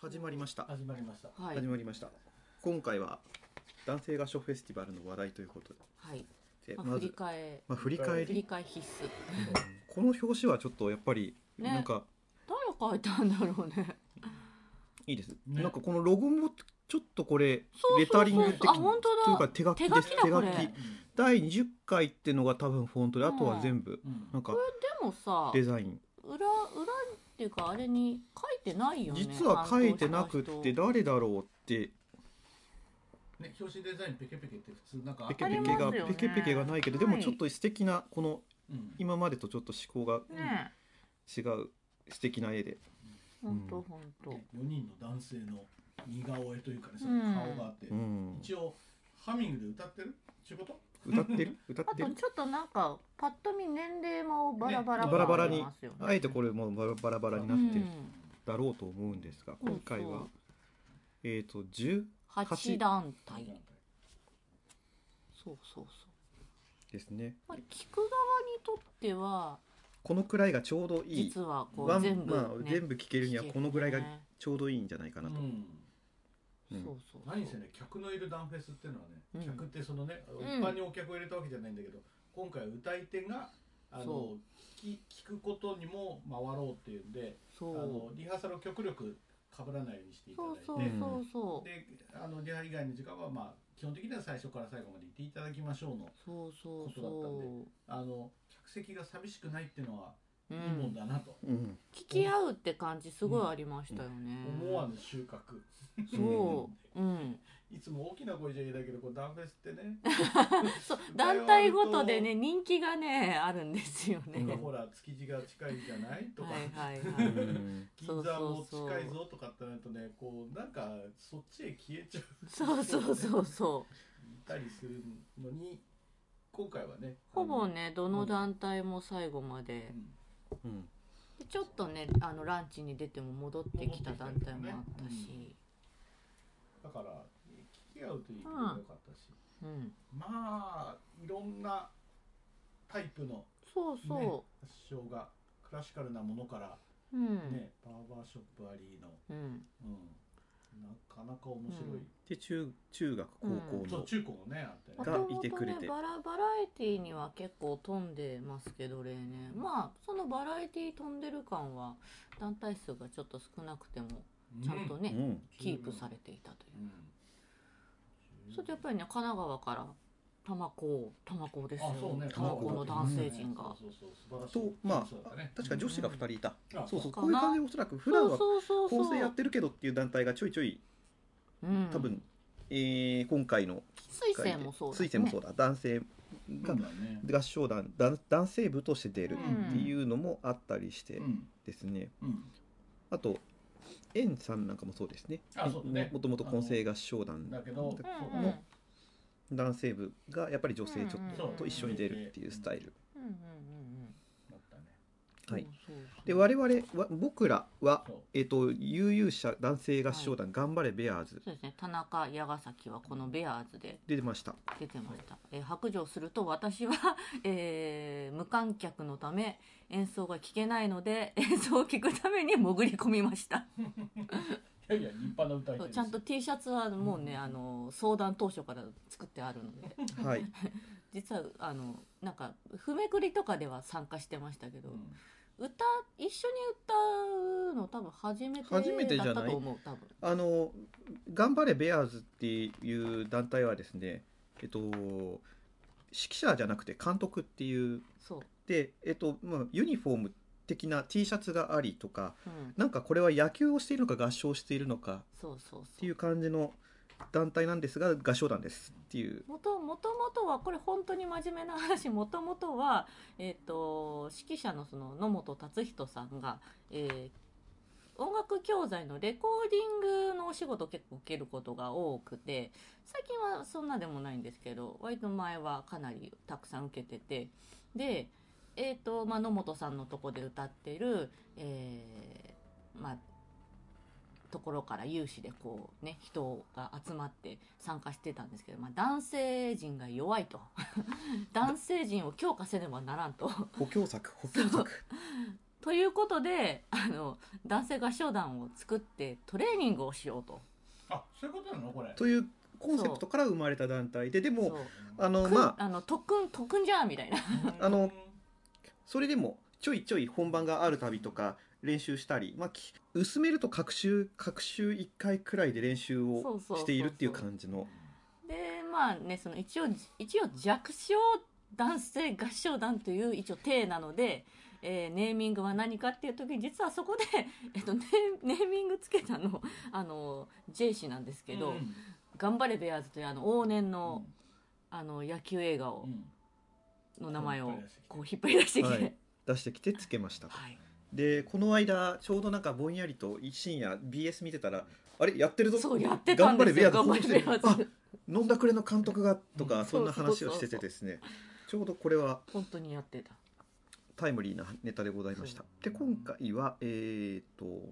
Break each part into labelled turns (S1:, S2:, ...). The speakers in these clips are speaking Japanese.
S1: 始まりました
S2: 始まりました。
S3: はい
S1: 始。まりました今回は男性合唱フェスティバルの話題ということ
S3: はい。
S1: で
S3: まあ、
S1: ま
S3: 振り
S1: ず、
S3: 替え。
S1: まあ、振り返
S3: 振
S1: り
S3: り替え必須。
S1: この表紙はちょっとやっぱり
S3: ね
S1: なんか
S3: 誰書いたんだろうね。
S1: いいです、
S2: ね
S1: なんかこのロゴもちょっとこれ
S3: そうそうそう
S1: レタリング的
S3: あ本当だ
S1: というか手書きです
S3: 手書きだこれ
S1: 第20回ってのが多分フォントであとは全部
S2: うん
S1: なんか
S3: でもさ、
S1: デザイン
S3: 裏、裏っていうか、あれに書いてないよね。
S1: 実は書いてなく
S3: 担
S1: って
S3: 当した人
S1: 誰だろうって
S2: ね、表紙デザインペケペケって普通なんか
S1: ペケペケが
S3: ありますよ
S1: ペ
S3: ね
S1: ケペケがないけどでも
S3: はい
S1: ちょっと素敵なこの
S2: うん
S1: 今までとちょっと思考が
S3: ね
S1: 違う素敵な絵で
S3: え。ほんとほんと。
S2: 4人の男性の似顔絵というかね、そ
S3: うん
S2: の顔があって、
S1: うん
S2: 一応ハミングで歌ってるっていうこと
S1: 歌ってる歌っ
S3: あ
S1: て
S3: と
S1: る
S3: ちょっとなんか、パッと見年齢もバラバラ
S1: ねバラバラ
S3: 感あ
S1: に
S3: りますよね
S1: あえてこれもバラバラバラになってる
S3: うん
S1: だろうと思うんですが、
S3: うん
S1: 今回
S3: そう
S1: は
S3: そう
S1: えっ、と10
S3: 八団体。そうそうそう。
S1: ですね
S3: まあ、聞く側にとっては、
S1: このくらいがちょうどいい
S3: 実はこ
S1: ワ
S3: う
S1: ン
S3: 全部、ね
S1: まあ、全部聴けるにはこのぐらいがちょうどいいんじゃないか
S2: う
S1: なと、
S2: ん
S1: うん
S3: そうそうそう。
S2: 何せね、客のいるダンフェスっていうのはね、
S3: うん
S2: 客ってそのね、
S3: ん
S2: 一般にお客を入れたわけじゃないんだけど、今回歌い手があの
S3: そ
S2: 聞き聞くことにも回ろうっていうんで、
S3: そ
S2: あの
S3: う。
S2: リハーサルを極力被らないようにしていただ
S3: そう
S2: いて。
S3: そうそうそう。
S2: であのリハ以外の時間は、まあ、基本的には最初から最後まで行っていただきましょうの
S3: そうそう
S2: ことだったんあ
S3: そ
S2: の客席が寂しくないっていうのは
S3: う。う
S2: いいもん
S3: ん、
S2: だなと、
S1: うん
S3: 聞き合うって感じすごいありましたよね。
S2: 思わぬ収穫
S3: そう、うん、
S2: いつも大きな声じゃ言えないけどこうダンフェスって ね
S3: そう団体ごとでね人気がねあるんですよ
S2: 今
S3: ね。
S2: ほら築地が近いじゃないとか、
S3: はいはいは
S1: う
S3: い。
S1: ん
S2: 銀座も
S3: そうそうそう
S2: 近いぞとかってなるとねこうなんかそっちへ消えちゃう
S3: そうそうそうそう。
S2: たりするのに今回はね
S3: ほぼ、
S2: あ
S3: ねどの団体も最後ま
S2: の
S3: で
S2: うん
S1: うん
S3: ちょっとねあのランチに出ても戻ってきた団体もあったし、
S2: だから聞き合うという意味でもよかったし、
S3: うん、
S2: まあいろんなタイプの
S3: そうそ
S2: 発祥がクラシカルなものから
S3: う、うん、
S2: ね、バーバーショップありの、
S3: うん、
S2: うん、なかなか面白い、
S1: で中中学高校
S2: そう
S1: の、
S2: 中高のねあって
S3: も
S2: ね
S3: と
S1: が
S3: も
S1: いて
S3: と
S1: くれ
S3: ね
S1: て
S3: バラバラエティーには結構飛んでますけど例年まあそのバラエティー飛んでる感は団体数がちょっと少なくてもちゃんとね、
S1: うん
S3: キープされていたという
S2: うん、うん
S3: それとやっぱりね神奈川から玉子玉子ですよ
S2: あそうね
S3: 玉子の男性陣が、
S2: そうそうそう素晴らし
S1: と
S2: い
S1: ま
S2: そうだ
S1: あ、
S2: ね
S1: 確か女子が2人いた、
S2: うん
S1: そうそう
S3: か
S1: こ
S3: な
S1: ういう感じでおそらく普段は
S3: そうそうそう
S1: 構
S3: そう
S1: 成やってるけどっていう団体がちょいちょい
S3: うん
S1: 多分、えー今回の
S3: 水星もそうだね
S1: 推薦もそうだ男性が
S2: そうだね
S1: 合唱団男男性部として出る
S3: う
S1: っ
S3: ん
S1: ていうのもあったりして
S2: うん
S1: ですね、
S2: うん
S1: あとエンさんなんかもそうですね
S2: あそうだね
S1: もともと混声合唱団
S2: だけど
S1: だ
S3: うん
S2: そう
S3: うん
S2: ね
S1: 男性部がやっぱり女性ちょ
S3: うん
S1: っ
S3: うん
S1: とと一緒に出るっていうスタイル、
S3: うんうんうん
S2: だったね
S3: うん
S1: はい、
S3: そうそう
S1: で我々は僕らは
S2: そう、
S1: えっと悠々者男性合唱団、頑張れベアーズ
S3: そうですね田中矢ヶ崎はこのベアーズで
S1: 出てました
S3: 出てました、えー白状すると私は、 えー無観客のため演奏が聴けないので 演奏を聴くために潜り込みました
S2: いやいや立派な歌い手
S3: そう
S2: です
S3: ちゃんと T シャツはもうね、あの相談当初から作ってあるの で
S1: はい
S3: 実はあのなんか譜めくりとかでは参加してましたけど、
S2: うん
S3: 歌一緒に歌うの多分初め
S1: 初めて
S3: て
S1: じゃな
S3: だ
S1: い
S3: ったと思う多分
S1: あの「頑張れベアーズ」っていう団体はですねえっと指揮者じゃなくて監督っていう
S3: そう、
S1: で、えっとまあ、ユニフォーム的な T シャツがありとか
S3: うん、
S1: なんかこれは野球をしているのか合唱しているのか
S3: そうそう
S1: っ
S3: そ
S1: ていうう感じの団体なんですが合唱団ですっていう
S3: もともともとはこれ本当に真面目な話もともとは、えー、と指揮者のその野本達人さんが、えー音楽教材のレコーディングのお仕事を結構受けることが多くて最近はそんなでもないんですけど割と前はかなりたくさん受けててで、えーとまあ、野本さんのとこで歌ってる、えーまあ、ところから有志でこうね人が集まって参加してたんですけど、まあ、男性陣が弱いと 男性陣を強化せねばならんと
S1: 補強策補強策
S3: ということであの男性合唱団を作ってトレーニングをしようと。
S2: あそういうことなのこれ
S1: というコンセプトから生まれた団体でで
S3: そ
S1: も
S3: う
S1: あの
S3: くん
S1: まあ
S3: あの特訓特訓じゃんみたいな。
S1: あのそれでもちょいちょい本番があるたびとか練習したり、まあ、き薄めると各週各週1回くらいで練習
S3: そ
S1: を
S3: うそうそうそう
S1: しているっていう感じの
S3: でまあねその一応一応弱小男性合唱団という一応体なので、えーネーミングは何かっていう時に実はそこで、 えっと、ネネーミングつけたのあの J 氏なんですけど
S2: う
S3: 「
S2: ん
S3: 頑張れベアーズ」というあの往年の,、
S2: う
S3: あの野球映画
S2: ん
S3: を、
S2: うん
S3: の名前
S2: 引
S3: を
S2: っ張り出してきて
S3: こう引っ張
S1: は
S3: り出してきて、
S1: い出してきてつけました。
S3: はい
S1: でこの間ちょうどなんかぼんやりと深夜 BS 見てたらあれやってるぞ
S3: そうやってたんですよ「
S1: 頑
S3: 頑張
S1: 張れベ
S3: れ
S1: ア
S3: ベア
S1: ーズ本
S3: ー
S1: 当に
S3: ズ
S1: 飲んだくれの監督がと
S2: う
S1: か
S2: ん
S1: そんな話
S3: そう
S1: を
S3: そ
S1: し
S3: うそ
S1: て
S3: うそ
S1: て
S3: う
S1: ですねちょうどこれは」
S3: 本当にやってた。
S1: タイムリーなネタでございました。で今回はえー、と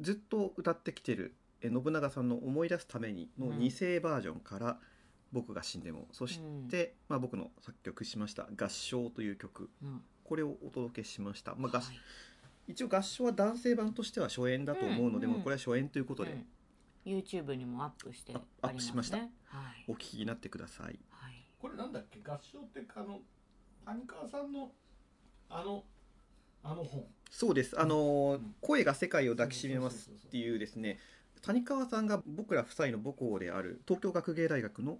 S1: ずっと歌ってきてるえ信長さんの「思い出すために」の
S3: うん
S1: 2世バージョンから「僕が死んでも」そし
S3: うん
S1: て、まあ、僕の作曲しました「合唱」という曲
S3: うん
S1: これをお届けしました、まあ合
S3: はい
S1: 一応合唱は男性版としては初演だと思うので、
S3: うん
S1: もうこれは初演ということで
S3: うん YouTube にもアップして
S1: アップアップしました
S3: ありすねはい
S1: お聞きになってください。
S3: はい
S2: これなんだっけ合唱ってあの谷川さんのあのあの本
S1: そうです。あのー
S2: うん
S1: 声が世界を抱きしめますっていうですね、谷川さんが僕ら夫妻の母校である東京学芸大学の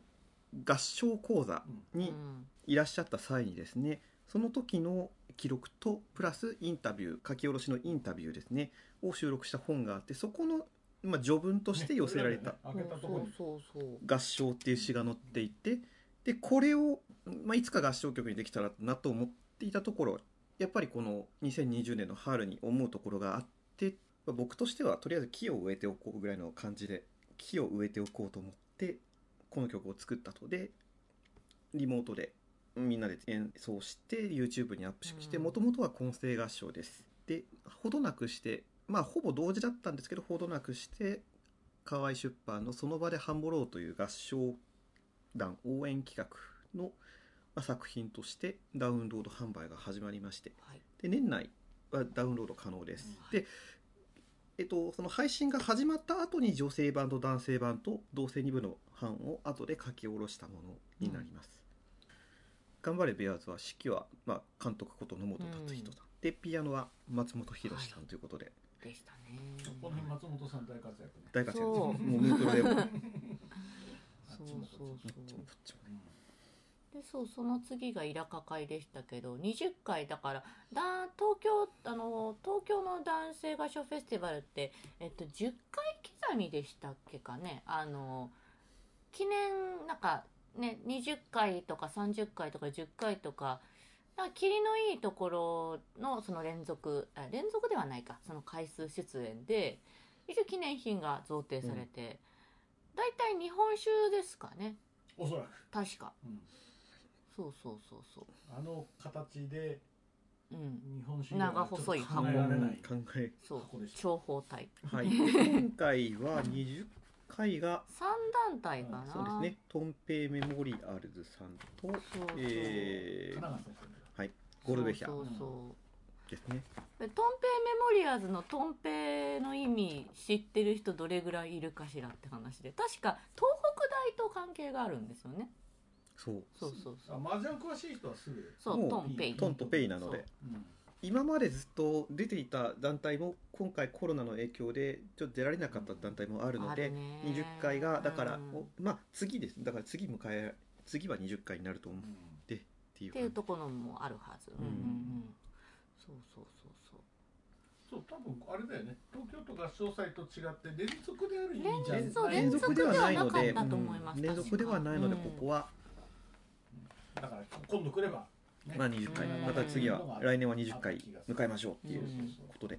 S1: 合唱講座に
S3: うん
S1: いらっしゃった際にですね、その時の記録とプラスインタビュー書き下ろしのインタビューですねを収録した本があってそこのまあ序文として寄せられた
S2: ね開けたとこに
S3: そうそうそう
S1: 合唱っていう詩が載っていてでこれを、まあ、いつか合唱曲にできたらなと思っていたところやっぱりこの2020年の春に思うところがあって、まあ僕としてはとりあえず木を植えておこうぐらいの感じで木を植えておこうと思ってこの曲を作ったとでリモートでみんなで演奏して YouTube にアップして
S3: うん
S1: もともとは混声合唱です。でほどなくしてまあほぼ同時だったんですけどほどなくして河合出版の「その場でハンボロー」という合唱団応援企画のまあ作品としてダウンロード販売が始まりまして
S3: はい
S1: で年内はダウンロード可能です、
S3: うん
S1: で、えっと、その配信が始まった後に女性版と男性版と同性2部の版を後で書き下ろしたものになります、頑張れベアーズは指揮は、まあ、監督こと野本達人さん、でピアノは松本博さんということで、
S3: でした
S2: この辺
S3: ね
S2: 松本さん大活躍ね
S1: 大活躍です
S3: そう
S1: もうムートレも
S3: そうそう
S1: こっち
S3: そ
S1: も
S3: う
S1: こっちも
S3: でそうその次がイラカ会でしたけど20回だからだ東京あの東京の男性合唱フェスティバルって、えっと、10回刻みでしたっけかねあの記念なんかね20回とか30回とか10回とかなんか霧のいいところのその連続あ連続ではないかその回数出演で一応記念品が贈呈されて、大体日本酒ですかね
S2: おそらく、
S3: 確か。
S2: うん
S3: そうそうそうそ
S2: あの形で
S3: う。うん。
S2: 日本史
S3: 長細い
S2: 考
S3: 箱
S2: えられない
S1: 考え
S3: そう
S2: ここで。した
S3: 長方体。
S1: はい、で今回は20回が
S3: 三団体かな。
S1: そうですね。トンペイメモリアルズさんと、
S3: そうそう。
S1: え
S2: 神
S1: ー、
S2: 奈川先生
S1: ゴルベヒャ
S3: そうそうそう
S1: ですね。
S3: でトンペイメモリアーズのトンペイの意味知ってる人どれぐらいいるかしらって話で確か東北大と関係があるんですよね
S1: そう。
S3: そうそうそう
S2: あ麻雀詳しい人はすぐ、
S3: そうトンペイ
S1: トンとペイなので、
S2: うん
S1: 今までずっと出ていた団体も今回コロナの影響でちょっと出られなかった団体もあるので、20回がだから、
S3: うん
S1: おまあ次です。だから次迎え次は20回になると思
S2: う
S1: うんってい
S3: っ
S1: う
S3: て
S1: 感
S3: い
S1: じ。
S3: うところもあるはず、うんうんうん、そうそうそうそう
S2: そう多分あれだよね東京都合唱祭と違って連続である意味じゃ
S3: 連
S1: 連
S3: そう
S2: ない
S1: 連続ではないので、
S3: 連続ではなかったと思います
S1: うん連続ではないので
S3: うん
S1: ここは、
S2: だから今度来れば、ね
S1: まあ20回
S3: うん
S1: また次は来年は20回迎えましょうっていう
S3: うん
S1: ことで、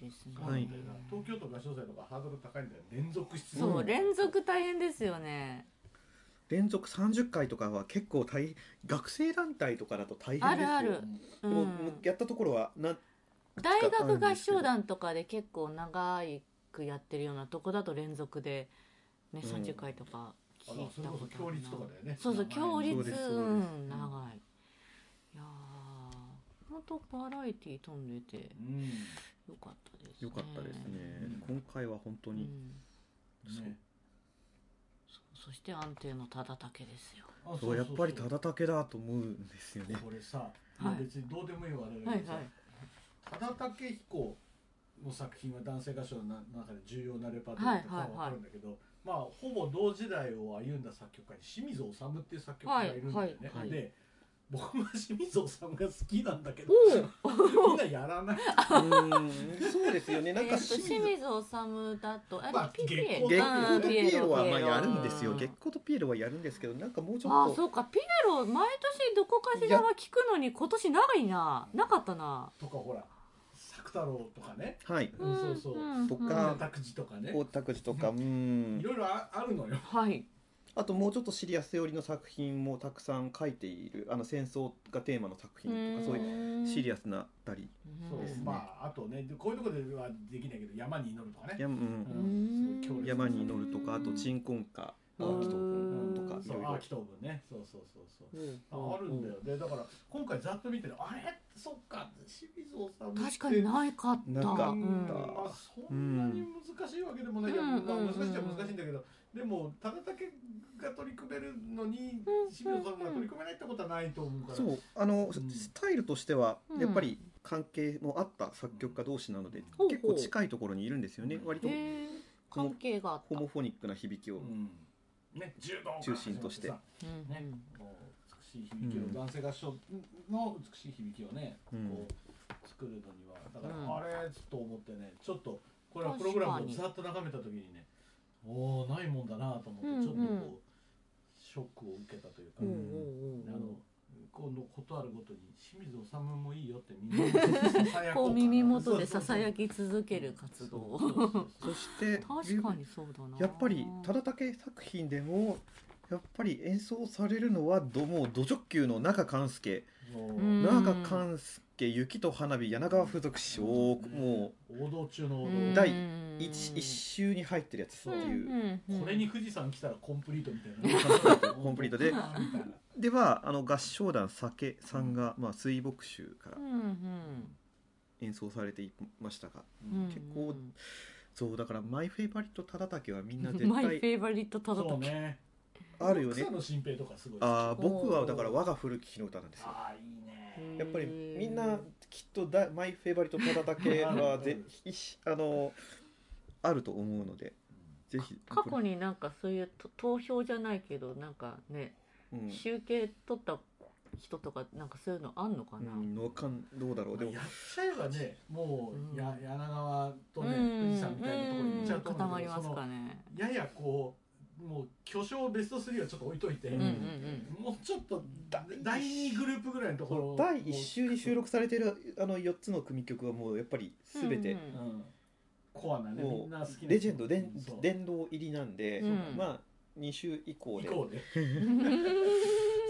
S3: ですね、
S1: はい
S2: 東京都合唱祭とかハードル高いんだよ連続出
S3: そう、
S1: うん
S3: 連続大変ですよね
S1: 連続30回とかは結構大変学生団体とかだと大変ですよ
S3: あるあるう
S1: でも
S3: ん、
S1: やったところはな
S3: 大学合唱団とかで結構長くやってるようなとこだと連続で、ね、
S1: うん
S3: 30回とか聞
S2: あ
S3: い
S2: のそれ
S3: た
S2: こ
S3: こ
S2: そ
S3: と
S2: 共
S3: ある
S2: 立
S3: な
S2: とかだよね
S3: そうそう
S2: 名前
S3: 共
S2: に
S1: そ
S3: 立
S1: うですそうです
S3: うん長いいやー本当バラエティー飛んでて
S2: うん
S3: よかったですね
S1: よかったですね
S2: うん
S1: 今回は本当
S3: う
S1: に、
S3: ん
S1: そう
S2: ね
S3: そそして安定の忠武ですよ
S2: あ
S1: そうやっぱり
S2: そう
S1: 忠武だと思うんですよね
S2: これさ、
S3: はい
S2: 別にどうでもいいわあれ
S3: は
S2: だけ
S3: い
S2: どさ、
S3: はい
S2: 忠武彦の作品は男性歌手の中で重要なレパートリーとか
S3: はいはいはい
S2: わかるんだけど、まあほぼ同時代を歩んだ作曲家に清水治っていう作曲家がいるんだよね、
S1: はいはい
S2: で僕は清水治が好きなんだけど
S3: おう
S2: みんなやらない、
S1: うんそうですよね
S3: え
S1: な
S3: ー
S1: ん
S3: っ
S1: か
S3: と清水治だとあれ
S2: まあ
S3: PPA
S2: 月
S1: 月光
S2: 光と
S1: と
S2: ピ
S1: ピ
S3: うん
S1: エロはまあやるんです
S3: う
S1: よ月光とピエロはやるんですけどなんかもうち
S3: あ
S1: ょ
S3: あ
S1: っと
S3: そうかピエロ毎年どこかしらは聞くのに今年ないななかったな
S2: とかほら作太郎とかね
S1: はい
S2: うんそうそう
S1: とか
S2: 田
S1: あ
S2: 拓司とかね
S1: 大田口とかうん
S2: いろいろああるのよ
S3: はい
S1: あともうちょっとシリアス寄りの作品もたくさん書いているあの戦争がテーマの作品とかそういう
S3: う
S1: シリ
S3: ア
S1: アスなったり
S2: そう
S1: ですね
S2: まああとねでこういうところではできないけど山に祈るとか
S1: い
S2: ね
S1: やうん
S2: うんそう強烈な
S1: 山に祈るとかあと鎮魂歌アーキトーとかい
S2: そう
S1: ろい
S2: アー
S1: ろ
S2: キトーブねそうそうそうそうあ
S3: あ
S2: あるんだよでだから今回ざっと見てるあれそっか清水治って
S3: 確かにないかった
S1: なかった
S3: うん
S2: まあ、そんなに難しいわけでもない、いや
S3: うん
S2: まあ、
S3: うん
S2: 難しいっちゃ難しいんだけど、でもただだけが取り組めるのに
S3: うん
S2: 清水さんが取り組めないってことはないと思うから
S1: そうあの、
S2: うん
S1: スタイルとしては
S3: うん
S1: やっぱり関係のあった作曲家同士なので、
S3: ほうほう
S1: 結構近いところにいるんですよね割と
S3: へえ関係があった
S1: ホモフォニックな響きを、
S2: うんね柔道から
S1: 中心として
S2: 始まっ
S3: うんうん
S2: てさねこう美しい響きを、
S1: うん
S2: 男性合唱の美しい響きをね
S1: うん
S2: こう作るのにはだから、
S3: うん
S2: あれちょっと思ってねちょっとこれはプログラムをざっと眺めた時にねおおないもんだなと思って、
S3: うんうん
S2: ちょっとこうショックを受けたというか、
S3: おうお
S2: あ
S3: うお
S2: の
S3: う
S2: 今度ことあるごとに清水治もいいよってみん なで囁こ
S3: こ
S2: うかな
S3: う耳元でささやき続ける活動を
S2: そうそうそうそ
S1: そ
S2: う
S1: して
S3: 確かにそうだな
S1: やっぱり忠武作品でもやっぱり演奏されるのはどもう土直球の中勘介
S3: うん
S1: 中勘介雪と花火柳川風俗師をも
S2: 王道中の王道、
S3: うん
S1: 第う一一周に入ってるやつって
S3: うん
S1: いう。
S3: うんうん
S2: これに富士山来たらコンプリートみたいな
S1: コンプリートで
S2: みたいな
S1: ではあの合唱団酒さんが、まあ、水墨集から
S3: うんうん
S1: 演奏されていましたが
S3: うん
S1: 結構そうだからマイフェイバリット忠武はみんな絶
S3: マイフェ
S1: 対
S3: イバリットただ
S2: そう
S3: とき
S2: ね
S1: あるよね
S2: 草野新平とかすごい好き
S1: ああ
S3: そう
S1: 僕はだから我が古き日の歌なんですよ
S2: あーいいね
S1: やっぱりみんなきっとだマイフェイバリット忠武はぜひあのあると思うのでぜひ
S3: 過去になんかそういうと投票じゃないけどなんかね、
S1: うん、
S3: 集計取った人とかなんかそういうのあんのかな、
S1: うん、わかんどうだろうで
S2: で
S1: も
S2: もやっちゃえばねもうや
S3: うん
S2: 柳川と
S3: う
S2: ね
S3: ん
S2: 富士山みたいなところに行っちゃうと
S3: 固
S2: 思うんだ
S3: まり
S2: けど
S3: ま
S2: そ
S3: す
S2: の
S3: かね
S2: ややこうもう巨匠ベスト3はちょっと置いといて、
S1: うん
S2: もうちょっとだ
S1: 第一
S2: 第2グループぐらいのところ
S1: 第1週に収録されているあの4つの組曲はもうやっぱり全て
S3: うん
S2: う、 ん、コアなね
S1: もう
S2: みんな好きな
S1: レジェンド、殿
S2: そう
S1: 殿堂入りなんで、
S3: うん
S1: まあ2週以降
S2: 以
S1: で
S2: 降で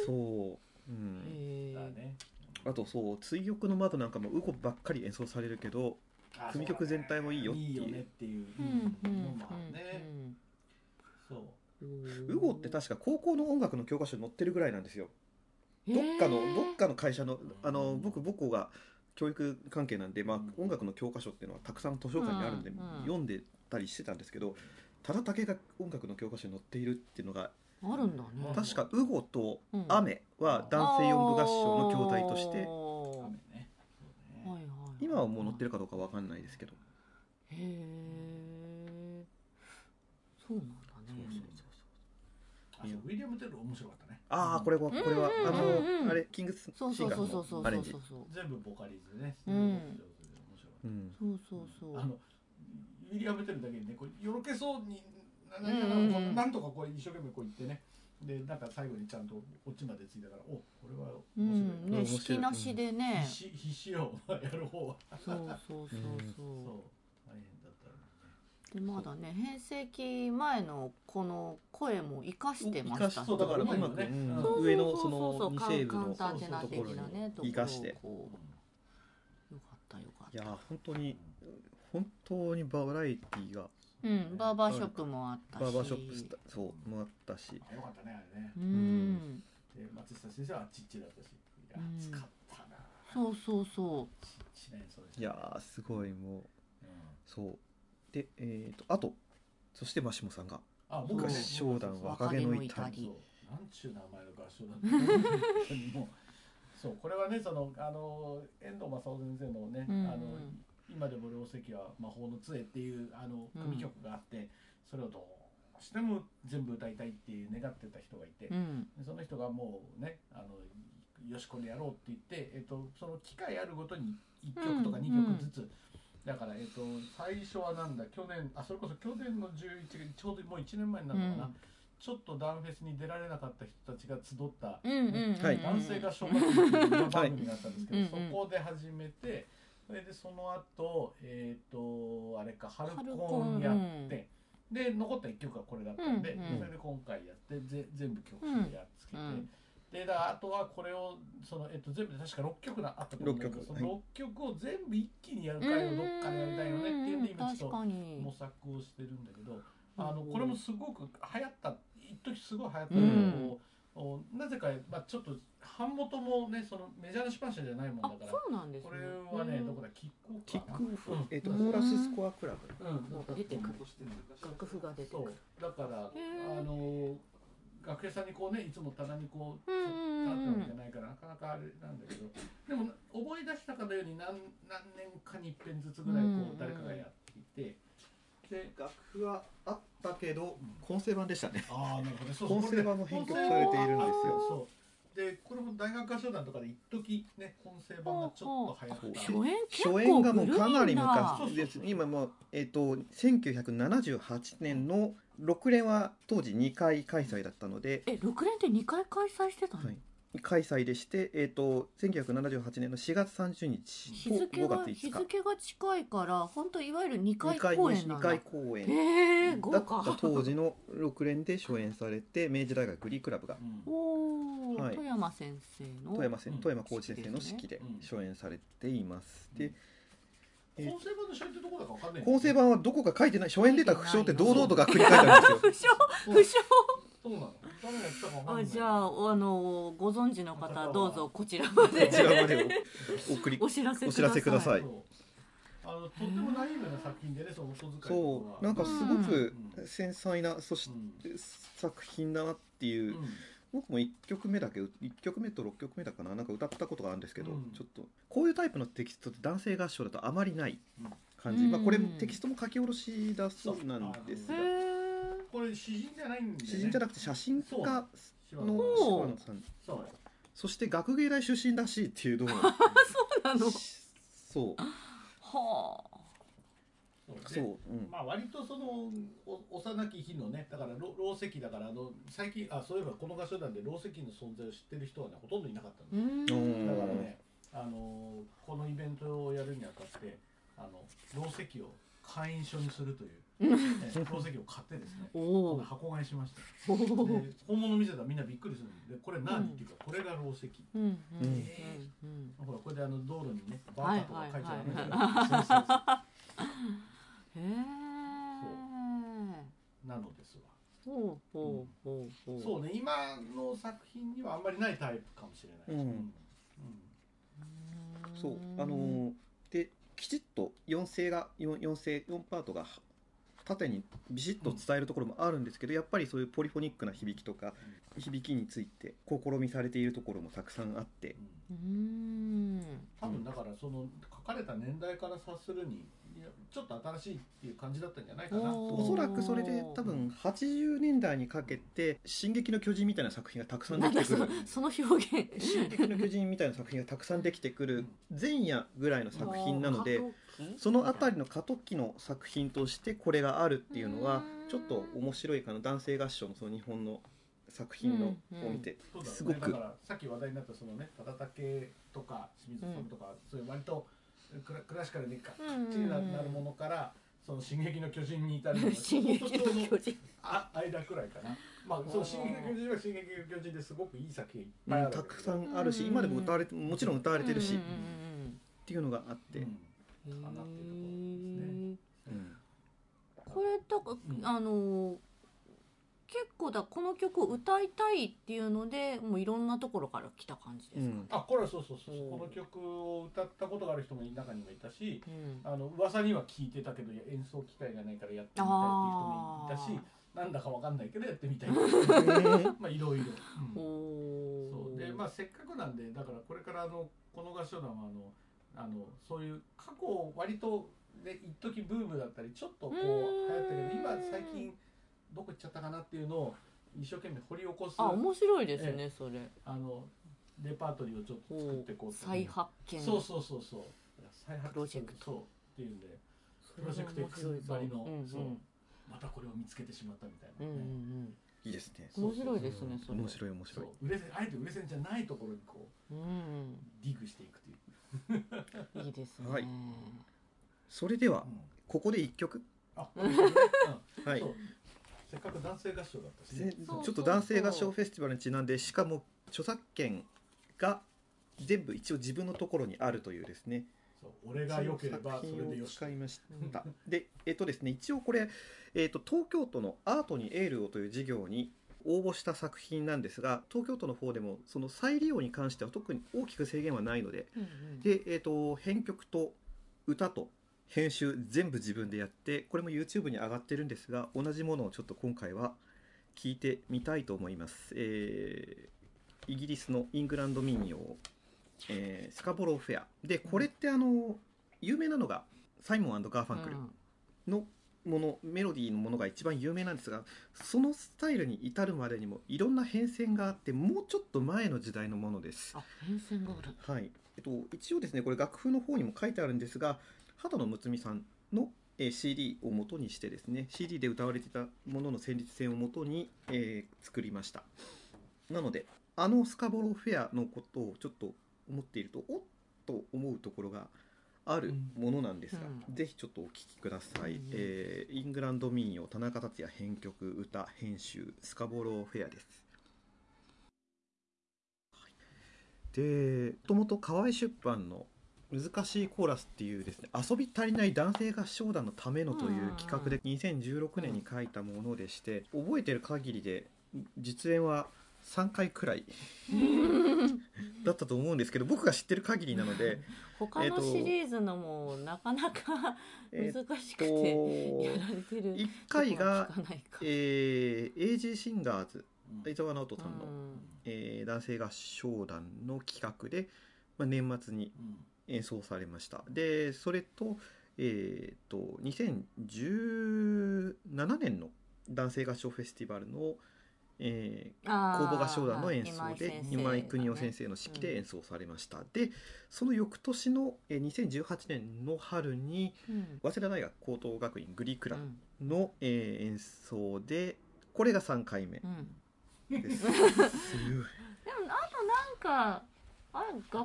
S1: そう、うん、
S3: へ
S2: だ
S3: ー
S2: ね
S1: あとそう「追憶の窓」なんかもウコばっかり演奏されるけど
S2: あ
S1: 組曲全体もいいよっていう
S2: いいよねっていう
S3: うんう
S2: の
S3: ん
S2: もあるねそう
S3: うん
S1: ウゴって確か高校の音楽の教科書に載ってるぐらいなんですよどっかの
S3: へー
S1: どっかの会社のあ
S2: う
S1: の
S2: ん
S1: 僕母校が教育関係なんで、まあ
S2: うん、
S1: 音楽の教科書っていうのはたくさん図書館にあるんで、
S3: うんうん
S1: 読んでたりしてたんですけどただ竹が音楽の教科書に載っているっていうのが
S3: あるんだね
S2: うん
S1: 確か「ウゴ」と
S3: うん
S1: 「雨」は男性四部合唱の教材として、
S2: 雨
S3: は
S2: ねそうね
S3: いはい、
S1: 今はもう載ってるかどうかわかんないですけど、
S3: へえそうなんだね
S2: そうそうあとウィリアム・テル面白かったね
S1: ああこれはこれは、
S3: うん
S1: あの、
S3: うんうん
S1: あれキングスシン
S3: そうそう
S1: ガ
S3: そうそうそ
S1: ー
S3: う
S1: のア
S3: そ
S1: レン
S3: う
S1: ジ
S3: そうそう
S2: 全部ボカリズムね
S3: うん
S2: 面白かった
S1: うん
S3: そうそうそう
S2: あのウィリアム・テルだけにねこうよろけそうになな
S3: うんうんうん
S2: なななんとかこう一生懸命こう言ってねでなんか最後にちゃんとこっちまでついたからおこれは
S3: う
S2: 面白い、
S3: んね
S1: 面白い
S3: 式なしでね
S2: 必死必死よやる方は
S3: そうそうそう
S2: そう
S3: そ
S2: 大変だったら
S3: うでまだね変成期前のこの声も生かしてま
S1: 生か
S3: し
S1: したそうだからう
S2: ね
S1: まく、う
S2: うん
S1: ん
S2: そうそうそう
S1: 上のその
S3: 二
S1: 2西部の
S3: カウンターテナー的なね
S1: ところに生かして
S3: とこ
S2: ね
S3: ろをこうよかったよかっ
S1: いや
S3: た
S1: ー本当に本当にバラエティが
S3: うんバーバーショップもあったし
S1: バーバーショップスタそうもあったし
S2: あよかったねあれね
S3: うん
S2: で松下先生はあっちっちだったしいや
S3: うん
S2: 暑かったな
S3: そうそうそ
S2: 一年そうです
S1: い
S2: ね
S1: やーすごいもう
S2: うん
S1: そうでえっ、とあとそしてマシモさんが
S2: あ
S1: 僕は
S2: 僕は
S1: 小団若気の至り
S2: そうなんちゅう名前の合唱なんだろう 本当にもうそうこれはねそのあの遠藤正雄先生のね、
S3: うん
S2: あの今でも両席は魔法の杖っていうあの
S3: うん
S2: 組曲があって、それをどうしても全部歌いたいっていう願ってた人がいて、
S3: ううん
S2: でその人がもうねあのよしこれやろうって言って、えっと、その機会あるごとに1曲とか
S3: うん
S2: 2曲ずつ、だから、えっと、最初はなんだ去年あそれこそ去年の11月ちょうどもう1年前になるのかな、
S3: うん
S2: ちょっとダンフェスに出られなかった人たちが集った、
S3: うんうんうん
S1: はい
S2: 男性が小学生の歌番組があったんですけど、
S3: はい
S2: そこで始めてそれでその後えっ、とあれか春コンやって、で残った1曲がこれだったんで、
S3: う
S1: う
S3: ん
S1: ん
S2: それで今回やってぜ全部曲やっつけて、
S3: うんうん
S2: でだあとはこれをその、えっと全部で確か6曲なあったと思うんだけど
S1: 六
S2: そ
S1: 曲
S2: の6曲を全部一気にやる回をどっかでやりたいよねっていうんで
S3: うん
S2: 今ちょっと
S3: 確か
S2: 模
S3: に
S2: 索をしてるんだけど。あのこれもすごく流行った一時すごい流行ったけど、おなぜか、まあ、ちょっと版元もねそのメジャーな出版社じゃないもんだ
S3: あ
S2: から
S3: そうなんです
S2: こ
S3: ね
S2: れはね、
S3: うん
S2: どこだキックオ
S1: キッ
S2: フかな
S1: クオフ、
S2: うん
S1: えっ、と
S3: うん
S1: フォーラススコアクラブ
S2: うんだった
S3: 出てくる
S2: と
S3: 楽譜が出てく
S2: 思う
S3: る
S2: そうだから
S3: へー
S2: あの学生さんにこうねいつも棚にこう
S3: うんうんうん
S2: 立ってるわけじゃないからなかなかあれなんだけどでも思い出したかのように何何年かに一遍ずつぐらいこ
S3: うんうん
S2: う誰かがやっていて、で
S1: 楽譜はあったけど混声版でしたね
S2: ああなるほどねそう
S1: 混
S2: そ
S1: 声
S2: れで
S1: 版も編曲されているんですよ
S2: そうでこれも大学合唱団とかで一時ね混声版がちょっと流行った
S1: ほう
S3: 初演結構
S1: 初演がもうかなり
S2: そう
S1: 昔
S2: そう
S1: です今もうえっ、と1978年の6連は当時2回開催だったので
S3: え六連って二回開催してたの、
S1: はい開催でして、えっと1978年の4月30日
S3: 日
S1: と
S3: 付
S1: 5
S3: が
S1: 月
S3: 日
S1: 5日
S3: 付が近いから本当いわゆる二回
S1: 2回
S3: 公演なんだ
S1: 回公演
S3: えー、
S1: だ
S3: 豪
S1: った
S3: 華
S1: 当時の6連で初演されて明治大学グリークラブが
S2: うん
S3: おお、
S1: はい
S3: 富山先生の
S1: 富山先
S2: うん
S1: 富山浩二先生の指揮で
S2: うん
S1: 初演されています。でえー
S2: 混声版の初演ってどこだかわかんない
S1: 構成版はどこか書いてない初演出た負傷って堂々とが繰り返されるんです
S3: 不
S1: よ。
S3: 詳不詳
S2: そうなの誰がやったかわかんな
S3: あ
S2: い
S3: じゃああのご存知の方
S2: 方は
S3: どうぞこちらま で
S1: こちらまでお送り
S3: お知らせください
S1: お知らせください
S2: そうあのとってもナイーブな作品でねその音遣いとかは
S1: そうなんかすごく繊細なそし
S2: うん
S1: て作品だなっていううん僕も1曲目だけ1曲目と6曲目だかななんか歌ったことがあるんですけど
S2: うん
S1: ちょっとこういうタイプのテキストって男性合唱だとあまりない感じ
S3: うん
S1: まあこれもテキストも書き下ろしだそうなんです
S3: へ
S1: が
S3: ー
S2: これ詩人じゃないんで、ね、
S1: 詩人じゃなくて写真家の
S2: 柴田
S3: ほ
S1: 柴
S3: う
S1: 野さん
S2: そう
S1: そして学芸大出身らしいっていうのも
S3: そうなの
S1: そう
S3: はあ
S2: そう
S1: そ
S2: で
S1: う、うん、
S2: まあ割とそのお幼き日のねだからろ老石だからあの最近あそういえばこの合唱団で老石の存在を知ってる人はねほとんどいなかった
S3: うー
S2: の、
S3: ん
S1: ん
S2: だからねあのこのイベントをやるにあたってあの老石を会員証にするという、ね、老石を買ってですねこ
S3: お
S2: んな
S3: お
S2: 箱買いしました
S3: おお
S2: で本物見せたらみんなびっくりするんでこれ何、っていうかこれが老石
S3: うんうんうんうん
S2: ほらこれであの道路にねバ
S3: はい
S2: ーカとか書いちゃダメだよ、
S3: は
S2: そうそうそう
S3: へえ
S2: なのですわ
S3: ほうほうほうほう
S2: そうね今の作品にはあんまりないタイプかもしれないです
S1: うん
S2: ね、うん
S3: う
S1: そう
S3: ーん
S1: あのーできちっと4声が 4, 4声4パートが縦にビシッと伝えるところもあるんですけど、やっぱりそういうポリフォニックな響きとか響きについて試みされているところもたくさんあって
S3: うーん
S2: 多分だからその書かれた年代から察するにいやちょっと新しいっていう感じだったんじゃないかなと
S3: おー
S1: おそらくそれで多分80年代にかけて「進撃の巨人」みたいな作品がたくさんで
S3: なん
S1: きてく
S3: だその
S1: る。
S3: その表現
S1: 進撃の巨人みたいな作品がたくさんできてくる前夜ぐらいの作品なのでそのあたりの過渡期の作品としてこれがあるっていうの
S3: う
S1: は
S3: ん
S1: ちょっと面白いかな男性合唱のその日本の作品の
S3: うん
S1: を見て
S2: そうだろうね
S1: すごく
S2: だからさっき話題になったそのね忠武とか清水さんとか、そういう割とクラクラシカルにかっちりななるものから「その進撃の巨人」に至る のが
S3: 進撃
S2: ちょうど
S3: の巨人
S2: あ間くらいかなまあその「進撃の巨人」は「進撃の巨人」ですごくいい作品いっぱいあ
S1: うん
S2: る
S1: たくさ
S2: ん
S1: んあるし今でも歌われてもちろん歌われてるし
S3: う
S1: っ
S3: んうん
S1: ていうのがあって、
S3: うんうん
S2: かなっていうところですね
S1: うん
S3: これだか
S2: うん
S3: あのー結構だこの曲を歌いたいっていうのでもういろんなところから来た感じですかね。
S2: あこれはそうそうそう、
S3: うん
S2: この曲を歌ったことがある人も中にもいたし
S3: うん
S2: あの噂には聞いてたけどいや演奏機会がないからやってみたいっていう人も
S3: あ
S2: いたしなんだかわかんないけどやってみたい まあいろいろ、
S3: ー
S2: うん
S3: お
S2: そう
S3: ー
S2: でまあせっかくなんでだからこれからあのこの合唱団はあのあのそういう過去割とね一時ブームだったりちょっとこう
S3: う
S2: 流
S3: ーん
S2: 行ったけど今最近どこ行っちゃったかなっていうのを一生懸命掘り起こす
S3: あ面白いですねそれ。
S2: あのレパートリーをちょっと作っていこうと
S3: 再発見。
S2: そうそうそうそう再発
S3: プロジェクト
S2: そうっていうんで
S3: そ
S2: プ
S3: れ
S2: ロ
S3: は
S2: ジェクト
S3: 面白い
S2: X
S3: ぞ
S2: ばりの、
S3: うんうん
S2: そうまたこれを見つけてしまったみたい
S3: うん
S2: な
S3: う
S2: ね、
S3: んうん。
S1: いいですね
S2: そう
S3: 面白いですねそれ。
S1: 面白い面
S2: そ
S1: 白
S2: う
S1: い
S2: 売れ線あえて売れ線じゃないところにこう
S3: うん
S2: ディグしていくという、
S3: うん。いいですね。
S1: はいそれでは
S2: うん
S1: ここで一曲
S2: あ、
S3: うん
S2: うん
S1: はい
S2: そうせっかく男性合唱だったし
S1: ぜ
S2: ね、
S1: ち
S3: そ
S1: ょ
S3: う
S1: っと男性合唱フェスティバルにちなんでしかも著作権が全部一応自分のところにあるというですね
S2: そう俺が良ければそれでよし
S1: 使いましたでえっとですね一応これ、えっと、東京都の「アートにエールを」という事業に応募した作品なんですが東京都の方でもその再利用に関しては特に大きく制限はないので
S3: うんうん
S1: で、えっと編曲と歌と編集全部自分でやってこれも YouTube に上がってるんですが同じものをちょっと今回は聞いてみたいと思います、えーイギリスのイングランド民謡、えースカボローフェアでこれってあの有名なのがサイモンガーファンクル
S3: うん
S1: のもの、メロディーのものが一番有名なんですがそのスタイルに至るまでにもいろんな変遷があってもうちょっと前の時代のものです
S3: あ変遷がある。
S1: はいえっと、一応ですねこれ楽譜の方にも書いてあるんですが畑野睦美さんの、えー CD を元にしてですね CD で歌われていたものの旋律性を元に、えー作りましたなのであのスカボローフェアのことをちょっと思っているとおっと思うところがあるものなんですが、
S3: うん
S1: ぜひちょっとお聴きください、
S3: うん
S1: えーイングランド民謡田中達也編曲歌編集スカボローフェアですでもともと河合出版の「難しいコーラス」っていうですね遊び足りない男性合唱団のためのという企画で2016年に書いたものでして覚えてる限りで実演は3回くらいだったと思うんですけど僕が知ってる限 りなの で
S3: 他
S1: えー
S3: の
S1: と
S3: シリーズのもなかなか 難
S1: え
S3: し
S1: っ
S3: く
S1: と
S3: てやられてる。
S1: 1回が
S3: とこは聞かないか
S1: えー、AG シンガーズ
S2: うん
S1: 伊藤直人さんの、
S3: うん
S1: えー男性合唱団の企画で、まあ、年末に
S2: うん
S1: 演奏されましたでそれと,、えー、と2017年の男性合唱フェスティバルの、えー、
S3: あー
S1: 公募合唱団の演奏で
S3: 先生
S1: 今井邦夫
S3: がね
S1: 先生の指揮で演奏されました、でその翌年の、えー2018年の春に
S3: うん
S1: 早稲田大学高等学院グリクラ
S3: うん
S1: の、えー演奏でこれが3回目
S3: うん
S1: です。 す
S3: でもあとなんかあれ学園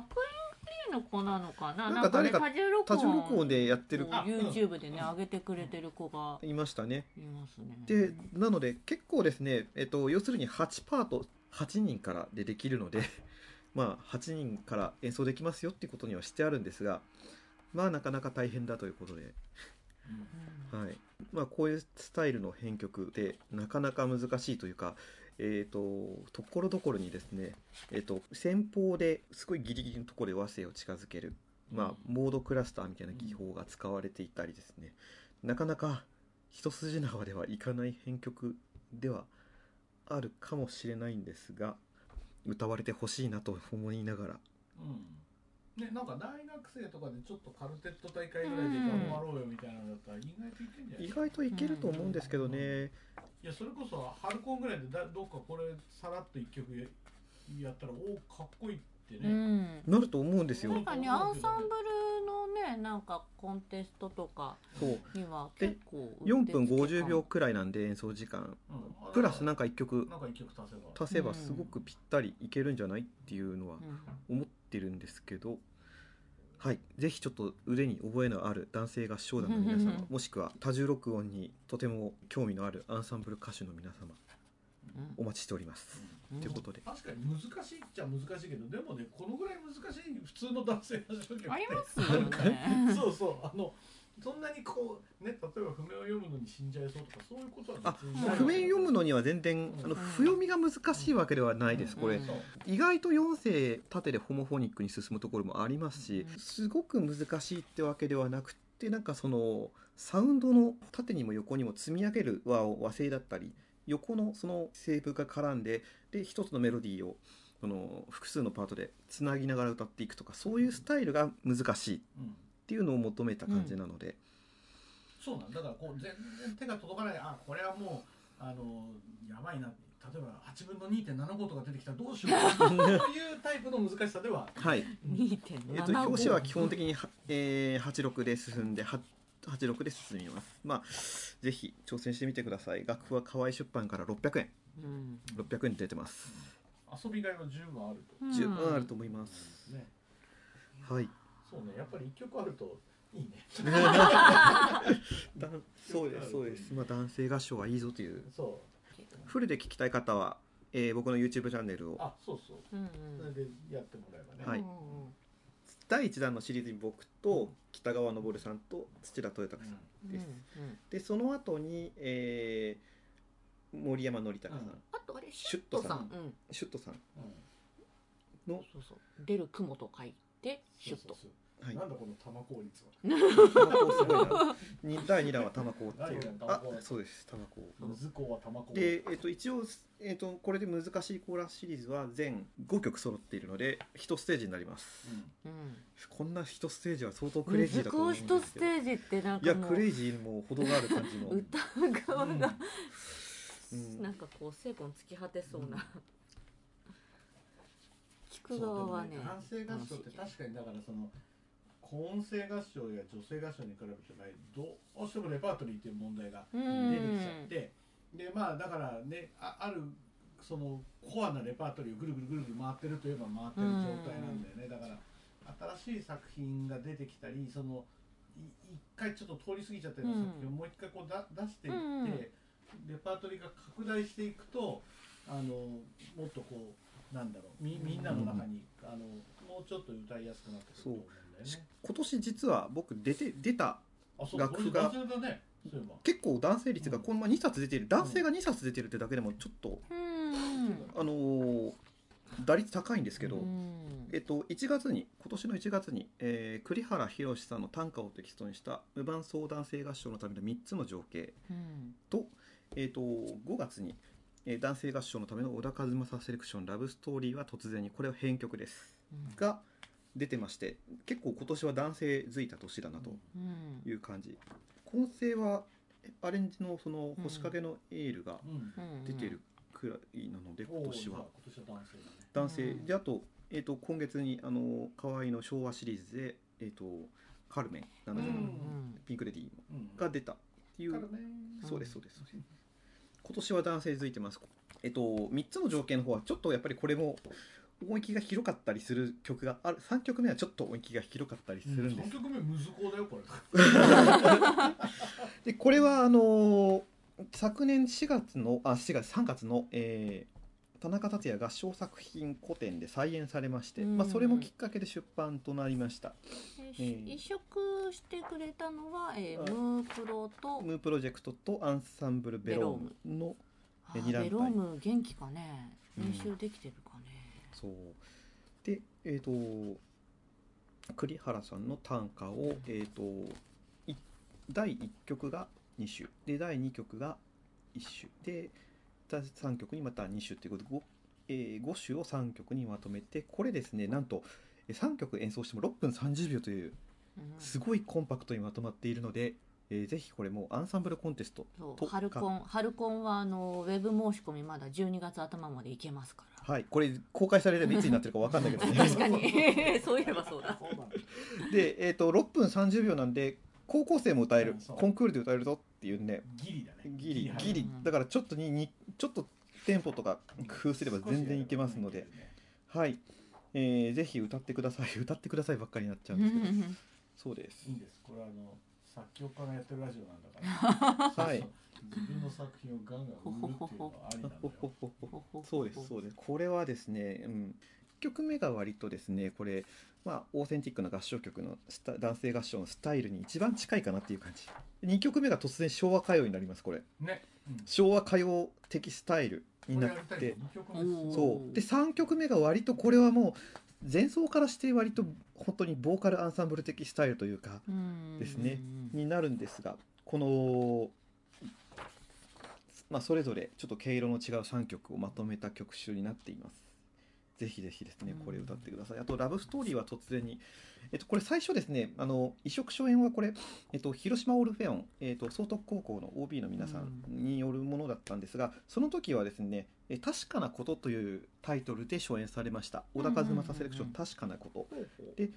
S3: フリーの子なのかな
S1: なんか誰か
S3: ね多
S1: 多重録
S3: 重録
S1: 音
S3: 音
S1: でやってる
S3: こう
S2: あうん
S3: YouTube でね
S2: うん
S3: 上げてくれてる子が
S1: いましたね。
S3: いますね
S1: でなので結構ですね、えっと、要するに8パート8人からでできるので まあ8人から演奏できますよっていうことにはしてあるんですがまあなかなか大変だということで、
S2: うん
S3: うん
S1: はいまあ、こういうスタイルの編曲でなかなか難しいというか。えー、とところどころにですね、えっと先方ですごいギリギリのところで和声を近づける、まあ、モードクラスターみたいな技法が使われていたりですねなかなか一筋縄ではいかない編曲ではあるかもしれないんですが歌われてほしいなと思いながら
S2: うんね、なんか大学生とかでちょっとカルテット大会ぐらいで頑張ろうよみたいなのだったら意外といけんじゃない
S1: 意外といけると思うんですけどね
S2: いやそれこそハルコンぐらいでだどっかこれさらっと一曲ややったらおおかっこいいって
S3: う
S2: ね、
S3: ん
S1: なると思うんです
S3: なん
S1: よ
S3: かねアンサンブルのねなんかコンテストとか
S1: そう
S3: には
S1: で
S3: 結構
S1: 4分50秒くらいなんで演奏時間
S2: うん
S1: プラスなんんか1曲
S2: なんか一曲足せば
S1: 足せばすごくぴったりいけるんじゃないっていうのは思ってるんですけど、はい、ぜひちょっと腕に覚えのある男性合唱団の皆様もしくは多重録音にとても興味のあるアンサンブル歌手の皆様お待ちしております。ということで
S2: 確かに難しいっちゃ難しいけどでもねこのぐらい難しい普通の男性の状況
S3: ありますよね
S2: そうそうあのそんなにこうね例えば譜面を読むのに死んじゃいそうとかそういうことは
S1: あ
S2: 別に
S3: もう
S2: ない
S1: 譜面読むのには全
S2: う
S1: 然
S2: ん
S1: あの譜読みが難しいわけではないです
S3: うん
S1: これ
S2: そう
S1: 意外と4世縦でホモフォニックに進むところもありますし
S3: うん
S1: すごく難しいってわけではなくってなんかそのサウンドの縦にも横にも積み上げる和を和声だったり横のその声部が絡んでで一つのメロディーをその複数のパートでつなぎながら歌っていくとかそういうスタイルが難しいっ
S2: うん
S1: ていうのを求めた感じなので、
S2: そうなんだからこう全然手が届かないあこれはもうあのやばいな例えば8分の2.75とか出てきたらどうしよう そういうタイプの難しさでは
S1: はい
S3: 2.75、
S1: えっと、表紙は基本的には、えー、86で進んでは86で進みますまあぜひ挑戦してみてください楽譜は河合出版から600円
S3: うん
S1: 600円で出てます
S2: 遊びがいは十分あると
S3: うん
S1: 十分あると思います、
S2: ね
S1: はい
S2: そうねやっぱり一曲あるといいね
S1: だんそうですそうですまあ男性合唱はいいぞという
S2: そ
S1: フルで聞きたい方は、えー僕の YouTube チャンネル
S2: う
S1: を
S2: あそうそう
S3: うん
S2: それでやってもらえばね、
S1: はい
S3: うん
S1: 第1弾のシリーズに僕と北川昇さんと土田豊
S2: う
S1: 隆さん
S2: ん
S3: うんうん
S1: でその後に、えー森山紀隆さん、
S2: うん
S3: あとあれシ
S1: シ
S3: ュ
S1: ュ
S3: ッ
S1: ッ
S3: ト
S1: ト
S3: さ
S1: さ
S3: ん
S1: ん
S3: うん
S1: シュットさん
S2: うん
S1: の、
S3: そうそう出る雲と書いてシ
S2: そ
S3: ュ
S2: うそ
S3: ッ
S2: う
S3: と
S2: そう
S1: はい、
S2: なんだこの玉効率 は
S1: タバコすごいな。に第二弾はタバコって
S2: 第
S1: い
S2: 二
S1: う
S2: 弾。タバ
S1: あ
S2: コ、
S1: そうです。タバコ。
S2: むずこは玉効
S1: で、えっと一応えっとこれで難しいコーラスシリーズは全5曲揃っているので一ステージになります。
S2: う
S3: うん
S1: こんな一ステージは相当クレイジーだと思うん
S3: 難
S1: で
S3: し
S1: す
S3: い
S1: け
S3: と
S1: ど。
S3: ステージってなん
S1: いや
S3: かも
S1: クレ
S3: う
S1: イジーにも程がある感じの。
S3: 歌 う側
S2: ん
S3: が
S1: うん
S3: なんかこう精魂突き果てそ
S2: う
S3: う
S2: ん
S3: な聞く側はね
S2: 男性合唱って確かにだからその高音声合唱や女性合唱に比べて場合どうしてもレパートリーっていう問題が
S3: う
S2: 出てき
S3: ん
S2: ちゃって、でまあだからねああるそのコアなレパートリーをぐるぐるぐるぐる回ってるといえば回ってる状態なんだよね、だから新しい作品が出てきたりそのい一回ちょっと通り過ぎちゃったような作品をもう一回こうだ出していって、
S3: うん
S2: レパートリーが拡大していくとあのもっとこうなんだろうみみんなの中に、あのもうちょっと歌いやすくなってくると思うんだよ
S1: し
S2: ね。
S1: 今年実は僕出て出た
S2: あそう
S1: 楽譜が
S2: これ男性だねそういえば
S1: 結構男性率がこんな2冊出ている男性が2冊出てるってだけでもちょっと
S3: うん
S1: あのー打率高いんですけど。
S3: うん
S1: えっと、1月に今年の1月に、えー栗原博さんの短歌をテキストにした「無伴相談性合唱のための3つの情景
S3: うん
S1: と」えっと、5月に、えー男性合唱のための小田和正セレクション「ラブストーリーは突然に」これは編曲です
S3: うん
S1: が出てまして結構今年は男性づいた年だなと
S3: うん
S1: いう感じ混声はえアレンジのその星影のエールが
S2: うん
S3: うん
S1: 出てるくらいなので
S2: おー
S1: 今年は
S2: じゃあ今年は男性だね
S1: 男性、
S3: うん
S1: であと,、えー、と今月にあの河合の昭和シリーズで「えー、とカルメン」な
S3: うん
S1: の
S3: う
S1: で、
S3: ん
S1: ピンク・レディー
S2: うん
S1: が出たっていう、
S2: からね
S1: そうですそうですそうです今年は男性づいてますえっ、と3つの条件の方はちょっとやっぱりこれも音域が広かったりする曲がある3曲目はちょっと音域が広かったりするんです、
S2: 三曲目ムズコだよこれ。
S1: でこれはあのー昨年4月のあ4月3月の、えー田中達也合唱作品古典で再演されまして、
S3: うん
S1: まあ、それもきっかけで出版となりました
S3: え
S1: え
S3: ー
S1: ー
S3: 移植してくれたのはえー
S1: はい
S3: ムープロと
S1: ムープロジェクトとアンサンブルベロームの
S3: あ
S1: ベニランパ
S3: ベ
S1: イ
S3: ローム元気かね
S1: うん
S3: 練習できてるかね
S1: そうでえっ、と栗原さんの短歌をえっ、とい第1曲が2首で第2曲が1首で第3曲にまた2首っていうことで 5,、えー5首を3曲にまとめてこれですねなんと3曲演奏しても6分30秒という
S3: うん
S1: すごいコンパクトにまとまっているので、えーぜひこれもアンサンブルコンテスト
S3: そ
S1: と
S3: う、
S1: か
S3: ハル コン、ハルコンはあのウェブ申し込みまだ12月頭まで行けますから。
S1: はいこれ公開されればいつになってるか分かんないけど ね
S3: 確かに、 そういえばそうだ。
S2: そうなんだ
S1: で、えー、と6分30秒なんで高校生も歌える
S2: うんそう
S1: コンクールで歌えるぞっていうね
S2: ギリだね。
S1: ギリギ
S3: う
S1: リ
S3: ん
S1: だからちょっとににちょっとテンポとか工夫すれば全然いけますので、はい、えーぜひ歌ってください歌ってくださいばっかりになっちゃうんですけど、そうです
S2: いいんです。これはあの作曲家がやってるラジオなんだから。
S1: はい
S2: そうそう。自分の作品をガンガン売るっていうのはありな
S1: あ
S2: んだ
S1: ほ
S2: よ。
S1: ほほほそうですそうですこれはですね、うん、曲目が割とですねこれ、まあ、オーセンティックな合唱曲のスタ男性合唱のスタイルに一番近いかなっていう感じ2曲目が突然昭和歌謡になりますこれ
S2: ね、うん
S1: 昭和歌謡的スタイルに
S2: これ
S1: な
S2: や
S1: っ
S2: りたい
S1: て
S2: よ二曲目です
S3: おー
S1: そうで3曲目が割とこれはもう前奏からして割と本当にボーカルアンサンブル的スタイルというか
S3: うん
S1: ですね
S3: うん
S1: になるんですがこの、まあ、それぞれちょっと毛色の違う3曲をまとめた曲集になっています。ぜひぜひですね
S3: うん
S1: これ歌ってください。あと「ラブストーリー」は突然に、えっと、これ最初ですねあの移植初演はこれ、えっと、広島オルフェオン、えっと、総督高校の OB の皆さんによるものだったんですが、その時はですね「え確かなこと」というタイトルで初演されました小田和正セレクション「
S3: うんうんうんうん
S1: 確かなこと」
S3: ほうほう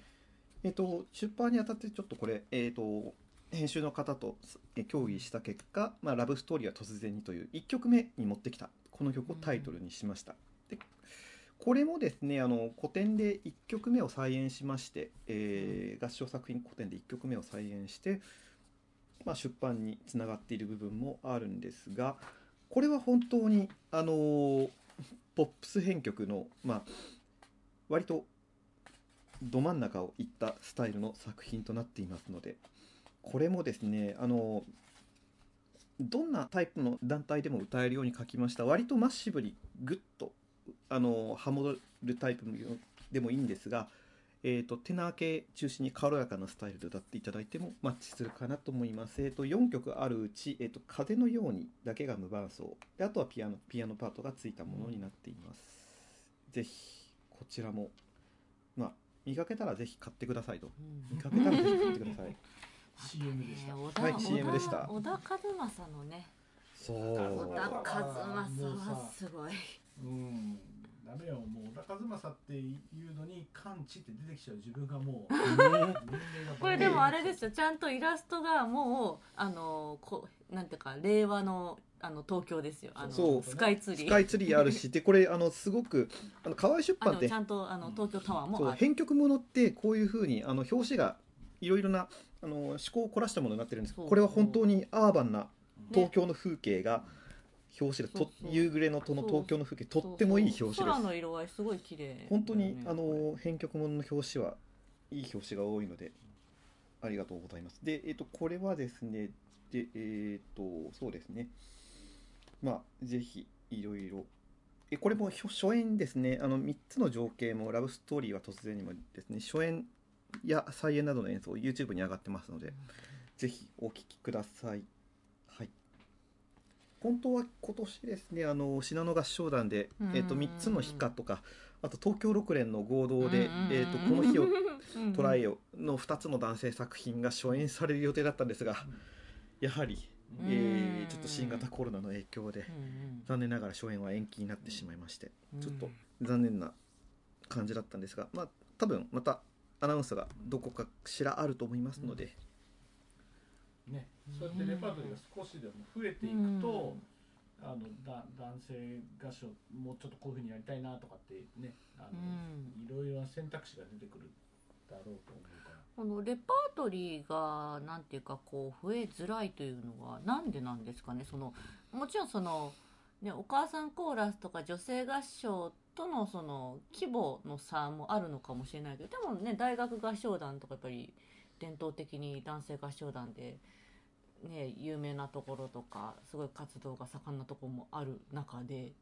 S1: えっと、出版にあたってちょっとこれ、えっと、編集の方とえ協議した結果「まあ、ラブストーリーは突然に」という1曲目に持ってきたこの曲をタイトルにしました。でこれもですねあの古典で1曲目を再演しまして、えー合唱作品古典で1曲目を再演して、まあ、出版につながっている部分もあるんですがこれは本当にあのーポップス編曲の、まあ、割とど真ん中をいったスタイルの作品となっていますのでこれもですねあのどんなタイプの団体でも歌えるように書きました割とマッシブにグッとあのハモるタイプでもいいんですが、えー、と手なけ中心に軽やかなスタイルで歌っていただいてもマッチするかなと思います、えー、と4曲あるうち「えー、と風のように」だけが無伴奏であとはピアノピアノパートがついたものになっています、ぜひこちらもまあ見かけたらぜひ買ってくださいと
S3: うん
S1: 見かけたらぜひ買ってください
S2: CM でし
S3: え
S2: た
S3: ー小田
S1: はい
S3: 小田
S1: CM でした
S3: 小田和正のね
S1: そ
S3: 小
S1: う
S3: 田和正はすごい
S2: うんダメよもう小田和正っていうのに完治って出てきちゃう自分がもう
S1: ね
S3: これでもあれです
S2: よ
S3: よちゃんとイラストがもうあのこなんていうか令和のあの東京ですよあの
S1: そう
S3: スカイツリ
S1: ス
S3: ー
S1: カイツリーあるしでこれあのすごくあの河合出
S3: あ
S1: 版っ
S3: の
S1: て
S3: ちゃんとあの東京タワー
S1: そ
S3: も
S1: う
S3: ある
S1: 編曲ものってこういうふうにあの表紙がいろいろなあの趣向を凝らしたものになってるんです
S3: そう
S1: これは本当にアーバンな東京の風景が
S2: ね
S1: 表紙がと
S3: そうそう
S1: 夕暮れのとの東京の風景とってもいい表紙です
S3: そう空の色合いすごい綺麗だよね
S1: 本当にあ
S3: これ
S1: の編曲ものの表紙はいい表紙が多いのでありがとうございますでえっ、とこれはですねでえっ、とそうですねまあぜひいろいろえこれもひょ初演ですねあの3つの情景も「ラブストーリーは突然にも」ですね初演や再演などの演奏 YouTube に上がってますのでぜひお聴きください。はい。本当は今年ですね、あの信濃合唱団で、えっと
S3: うんうんう
S1: 三
S3: ん
S1: つの日かとか、あと東京六連の合同で、
S3: うんうんうん
S1: えっとこの日を
S3: うん
S1: トライをの二つの男性作品が初演される予定だったんですが、やはり、
S3: うん
S1: えーちょっと新型コロナの影響で
S3: うんうん
S1: 残念ながら初演は延期になってしまいまして、
S3: うん
S1: ちょっと残念な感じだったんですが、まあ多分またアナウンスがどこかしらあると思いますので、
S2: ねそうやってレパートリーが少しでも増えていくと、あのだ男性合唱もうちょっとこういうふうにやりたいなとかってねあ
S3: う
S2: の、いろ
S3: ん
S2: いろな選択肢が出てくるだろうと思うから
S3: このレパートリーがなんていうかこう増えづらいというのはなんでなんですかねそのもちろんその、ね、お母さんコーラスとか女性合唱とのその規模の差もあるのかもしれないけどでもね大学合唱団とかやっぱり伝統的に男性合唱団で、ね、有名なところとかすごい活動が盛んなところもある中で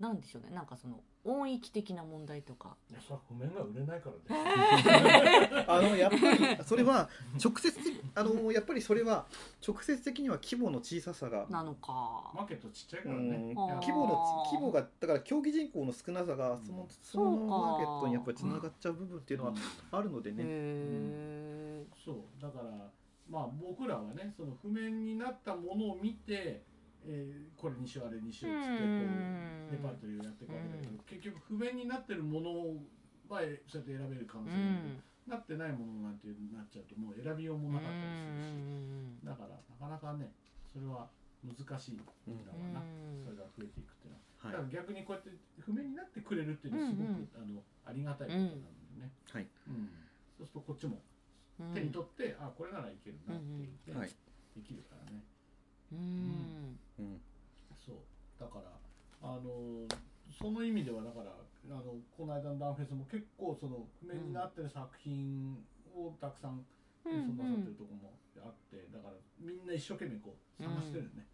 S3: なんでしょうねなんかその音域的な問題とか。
S2: いやそれは譜面が売れないからね
S1: あのやっぱり それは直接的あのやっぱりそれは直接的には規模の小ささが、
S3: なの か
S2: マーケットちっちゃいうからね、
S1: ん、
S3: あー
S1: 規模の規模がだから競技人口の少なさがそのその
S3: そうか
S1: マーケットにやっぱりつながっちゃう部分っていうのはあるので
S3: へ
S1: ね、
S3: え
S2: そうだからまあ僕らはねその譜面になったものを見て、えーこれにしようあれにしようっつってこう
S3: う
S2: んレパートリーをやっていくわけだけど、結局譜面になってるものはえそうやって選べる可能性があるけど、なってないものなんてなっちゃうともう選びようもなかったりするし、だからなかなかねそれは難しいんだろうな、それが増えていくっていうのは、
S1: はい
S2: だから逆にこうやって譜面になってくれるっていうのはすごく、
S3: うんうん
S2: あのありがたいことなんでね、
S1: はい
S2: うんそうするとこっちも手に取って、あこれならいけるなって言って、
S1: はい
S2: できるからね
S1: うん
S2: そうだからあのその意味ではだからあのこの間のダンフェスも結構その譜面になってる作品をたくさん
S3: う
S2: 演
S3: ん
S2: 奏なさってるとこもあって、だからみんな一生懸命こう探してるよね、
S1: うん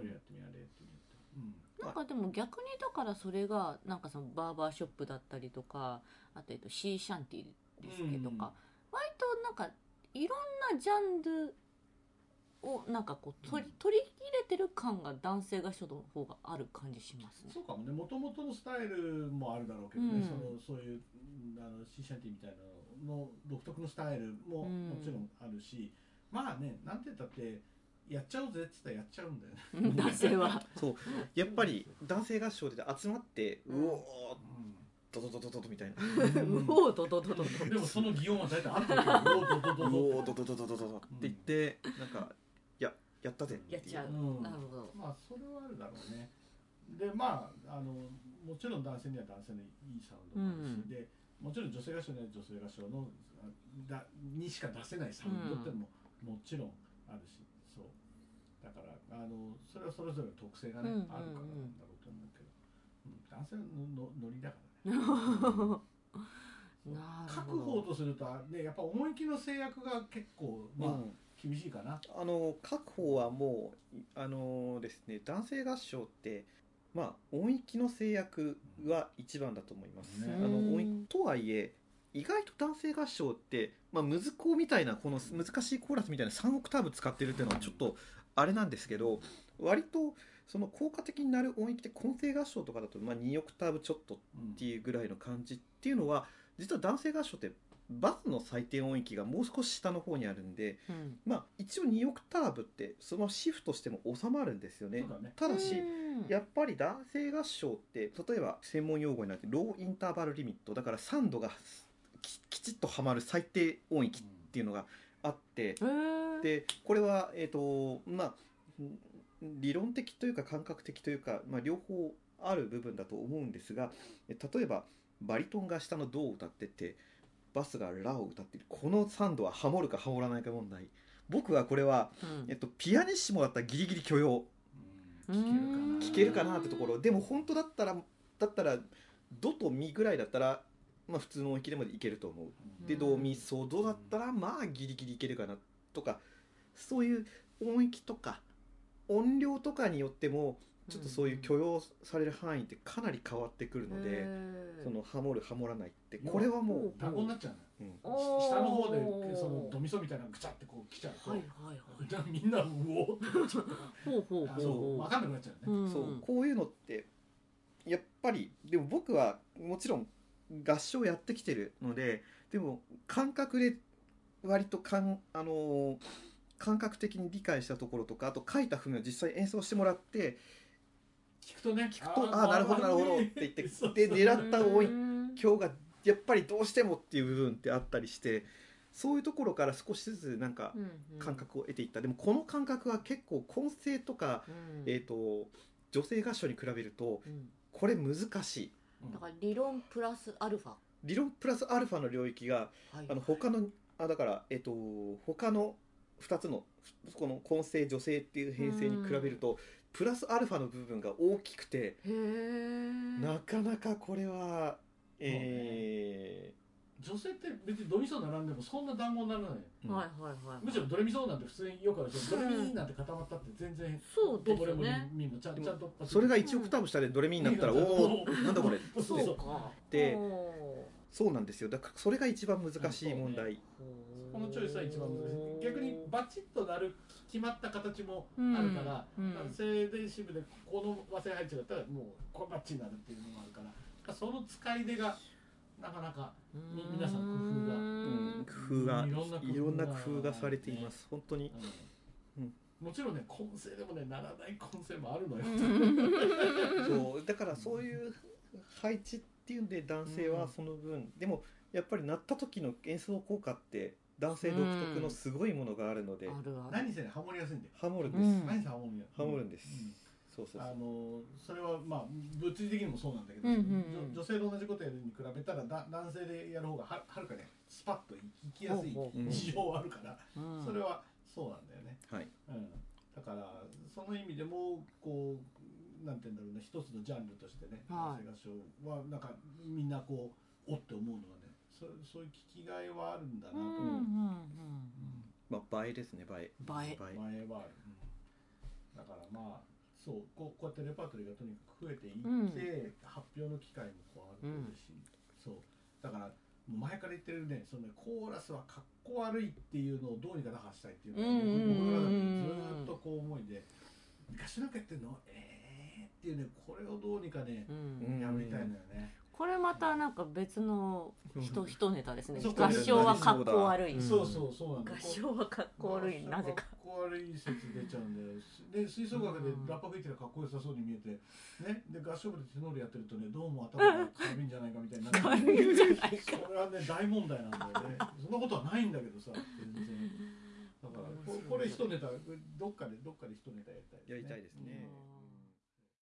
S2: これやってみやれって言って、うん、
S3: なんかでも逆にだからそれがなんかそのバーバーショップだったりとかあとえっとシーシャンティですけどか、割となんかいろんなジャンルをなんかこう取り,、
S2: うん
S3: 取り入れてる感が男性合唱の方がある感じしますね
S2: そうかもね、もともとのスタイルもあるだろうけどね、
S3: うん
S2: そのそういううんあのシーシャンティみたいなのの独特のスタイルも
S3: うん
S2: もちろんあるし、まあね、なんて言ったって、やっちゃおうぜって言ったらやっちゃうんだよね。
S3: うん男性は。
S1: そうやっぱり男性合唱で集まって
S3: う
S1: うんおードドドドドドみたいな
S2: う
S3: うん おーととととと
S2: でもその擬音は大体あったけ ど、どうどうどうどう
S1: おおドドドドドドドって言って、なんかややったぜ
S3: やっちゃう、
S2: うん
S3: なるほど
S2: まあそれはあるだろうねでまああのもちろん男性には男性のいいサウンドもあるし、
S3: うん
S2: でもちろん女性合唱には女性合唱のあだにしか出せないサウンドってのも、もちろんあるしそうだからあのそれはそれぞれの特性がね、
S3: うんうんうん
S2: あるからなんだろうと思うけど、うん、男性ののノリだからね
S3: なる
S2: 各
S3: ほ
S2: 方
S3: ど
S2: とするとねやっぱ思い切りの制約が結構まあ、
S1: うん
S2: 厳しいかな
S1: あの各方はもうあのですね男性合唱ってまあ音域の制約は一番だと思います。
S2: ね
S1: あの
S3: うん
S1: 音域とはいえ意外と男性合唱って、まあ、ムズコみたいなこの難しいコーラスみたいな3オクターブ使ってるっていうのはちょっとあれなんですけど割とその効果的になる音域って混声合唱とかだと、まあ、2オクターブちょっと
S2: う
S1: っ
S2: ん
S1: ていうぐらいの感じっていうのは実は男性合唱ってバスの最低音域がもう少し下の方にあるんで、
S3: うん
S1: まあ、一応2オクターブってそのままシフトしても収まるんですよね
S2: そう。だね
S1: ただし
S3: うん
S1: やっぱり男性合唱って例えば専門用語になってローインターバルリミットだから3度がききちっとはまる最低音域っていうのがあって
S3: へー
S1: でこれは、えーとまあ、ん理論的というか感覚的というか、まあ、両方ある部分だと思うんですがえ例えばバリトンが下の「ド」を歌っててバスが「ラ」を歌っているこの3度はハモるかハモらないか問題僕はこれは、
S3: うん
S1: えっと、ピアニッシモだったらギリギリ許容
S2: うん
S3: うん
S1: 聞けるかなってところでも本当だったらだったら「ド」と「ミ」ぐらいだったら、まあ、普通の音域でもいけると思うで
S3: うん
S1: ドミソドだったらまあギリギリいけるかなとかそういう音域とか音量とかによってもちょっとそういう許容される範囲ってかなり変わってくるの
S3: へ
S1: で、
S3: ー
S1: そのハモるハモらないってこれはもう
S2: タコになっちゃうのよ
S1: うん
S3: おー
S2: 下の方でそのドミソみたいなのぐちゃってこう来ちゃうと、
S3: はいはいはい。
S2: じゃあみんなうおーってなっちゃう
S3: ほうほう
S2: あ
S3: ほう
S2: そう
S3: ほ
S2: 分かんなくなっちゃう
S3: う。
S2: ね、
S3: ん
S1: そうこういうのってやっぱりでも僕はもちろん合唱やってきてるのででも感覚で割とかん、あのー感覚的に理解したところとかあと書いた譜面を実際演奏してもらって
S2: 聞くとね
S1: 聞くと「ああーなるほどなるほど」って言って
S2: そうそう
S1: で狙った音域
S3: うん
S1: 今日がやっぱりどうしてもっていう部分ってあったりしてそういうところから少しずつなんか感覚を得ていった、でもこの感覚は結構混声とか、
S3: うん
S1: えー、と女性合唱に比べると
S3: うん
S1: これ難しい
S2: うん
S3: だから理論プラスアルファ。
S1: 理論プラスアルファの領域が
S3: はい
S1: あの他のあだから、えっと他の2つのこの混声女性っていう編成に比べるとプラスアルファの部分が大きくて
S3: へー
S1: なかなかこれはえ
S2: 女性って別にドミソ並んでもそんな団子にならないよ
S1: ー
S3: はいはいはい。
S2: むしろドレミソなんて普通によくあるけどド
S3: うん
S2: レミなんて固まったって全然
S3: そうですよね
S2: どれもミもちゃん
S1: でも
S2: ちゃんと
S1: それが1オクターブ下でドレミになったら、おおなんだこれ
S2: そう
S3: そ
S2: そうう
S3: か。
S1: で
S3: ほ
S1: そうなんですよだからそれが一番難しい問題、
S3: う
S2: このチョイスは一番難しい逆にバチッとなる決まった形もあるから、
S3: うん
S2: 男性電子部でこの和製配置だったらもうこれバッチリになるっていうのもあるからその使い出がなかなかみ皆さん工夫が
S1: うん、工夫が
S2: いろ
S3: う
S2: んな工夫が
S1: いろんな工夫がされています、本当に
S2: うん
S1: うん
S2: もちろんね混声でもねならない混声もあるのよ、
S3: ん
S1: そうだからそういう配置っていうんで男性はその分、でもやっぱり鳴った時の演奏効果って男性独特のすごいものがあるので、
S3: あるある。
S2: 何せねハモりやすいんだよ、
S1: ハモるんです、
S3: うん
S2: 何せハモるんだよ
S1: ハモるんです、
S2: うん
S1: そうそう
S2: あ
S1: そ
S2: のそれはまあ物理的にもそうなんだけど、
S3: うんうんうん
S2: 女女性と同じことやるに比べたらだ男性でやる方がははるかねスパッといきやすい
S3: ほうほう
S1: ほう
S2: 事情はあるから、
S3: うん
S2: それはそうなんだよね、
S1: うはい
S2: うん、だからその意味でもこうなんて言うんだろうな一つのジャンルとしてね
S3: はい
S2: 男性合唱はなんかみんなこうおって思うのはねそそういう聞きがいはあるんだなと
S3: うんうん
S2: 思う、
S1: まあ倍ですね倍
S3: うん映え
S2: 前はある、だからまあそうこうこうやってレパートリーがとにかく増えていって、
S3: うん
S2: 発表の機会もこうあるとですし、そうだから前から言ってるねそのねコーラスはかっこ悪いっていうのをどうにか打破したいっていうのが、
S3: うん
S2: 僕の中でずっとこう思いで昔なんかやってんのえーっていうねこれをどうにかね
S3: う、
S1: うんん
S2: やめたいのよね、
S3: これまたなんか別の人人ネタですね
S2: そう
S3: 合唱はかっこ悪い
S4: うん
S2: そうそうそうなんだ
S3: 合唱はかっこ悪いなぜか
S2: かっこ悪い説出ちゃうんだよで吹奏楽でラッパ吹いてるかっこよさそうに見えて、ね、で合唱部でテノールやってると ねどうも頭が軽いんじゃないかみたいになる
S3: 変わるんじゃないか
S2: それはね大問題なんだよねそんなことはないんだけどさ全然だからここれ一ネタどっかでどっかで一ネタやりたい、
S1: やりたいですね
S2: うん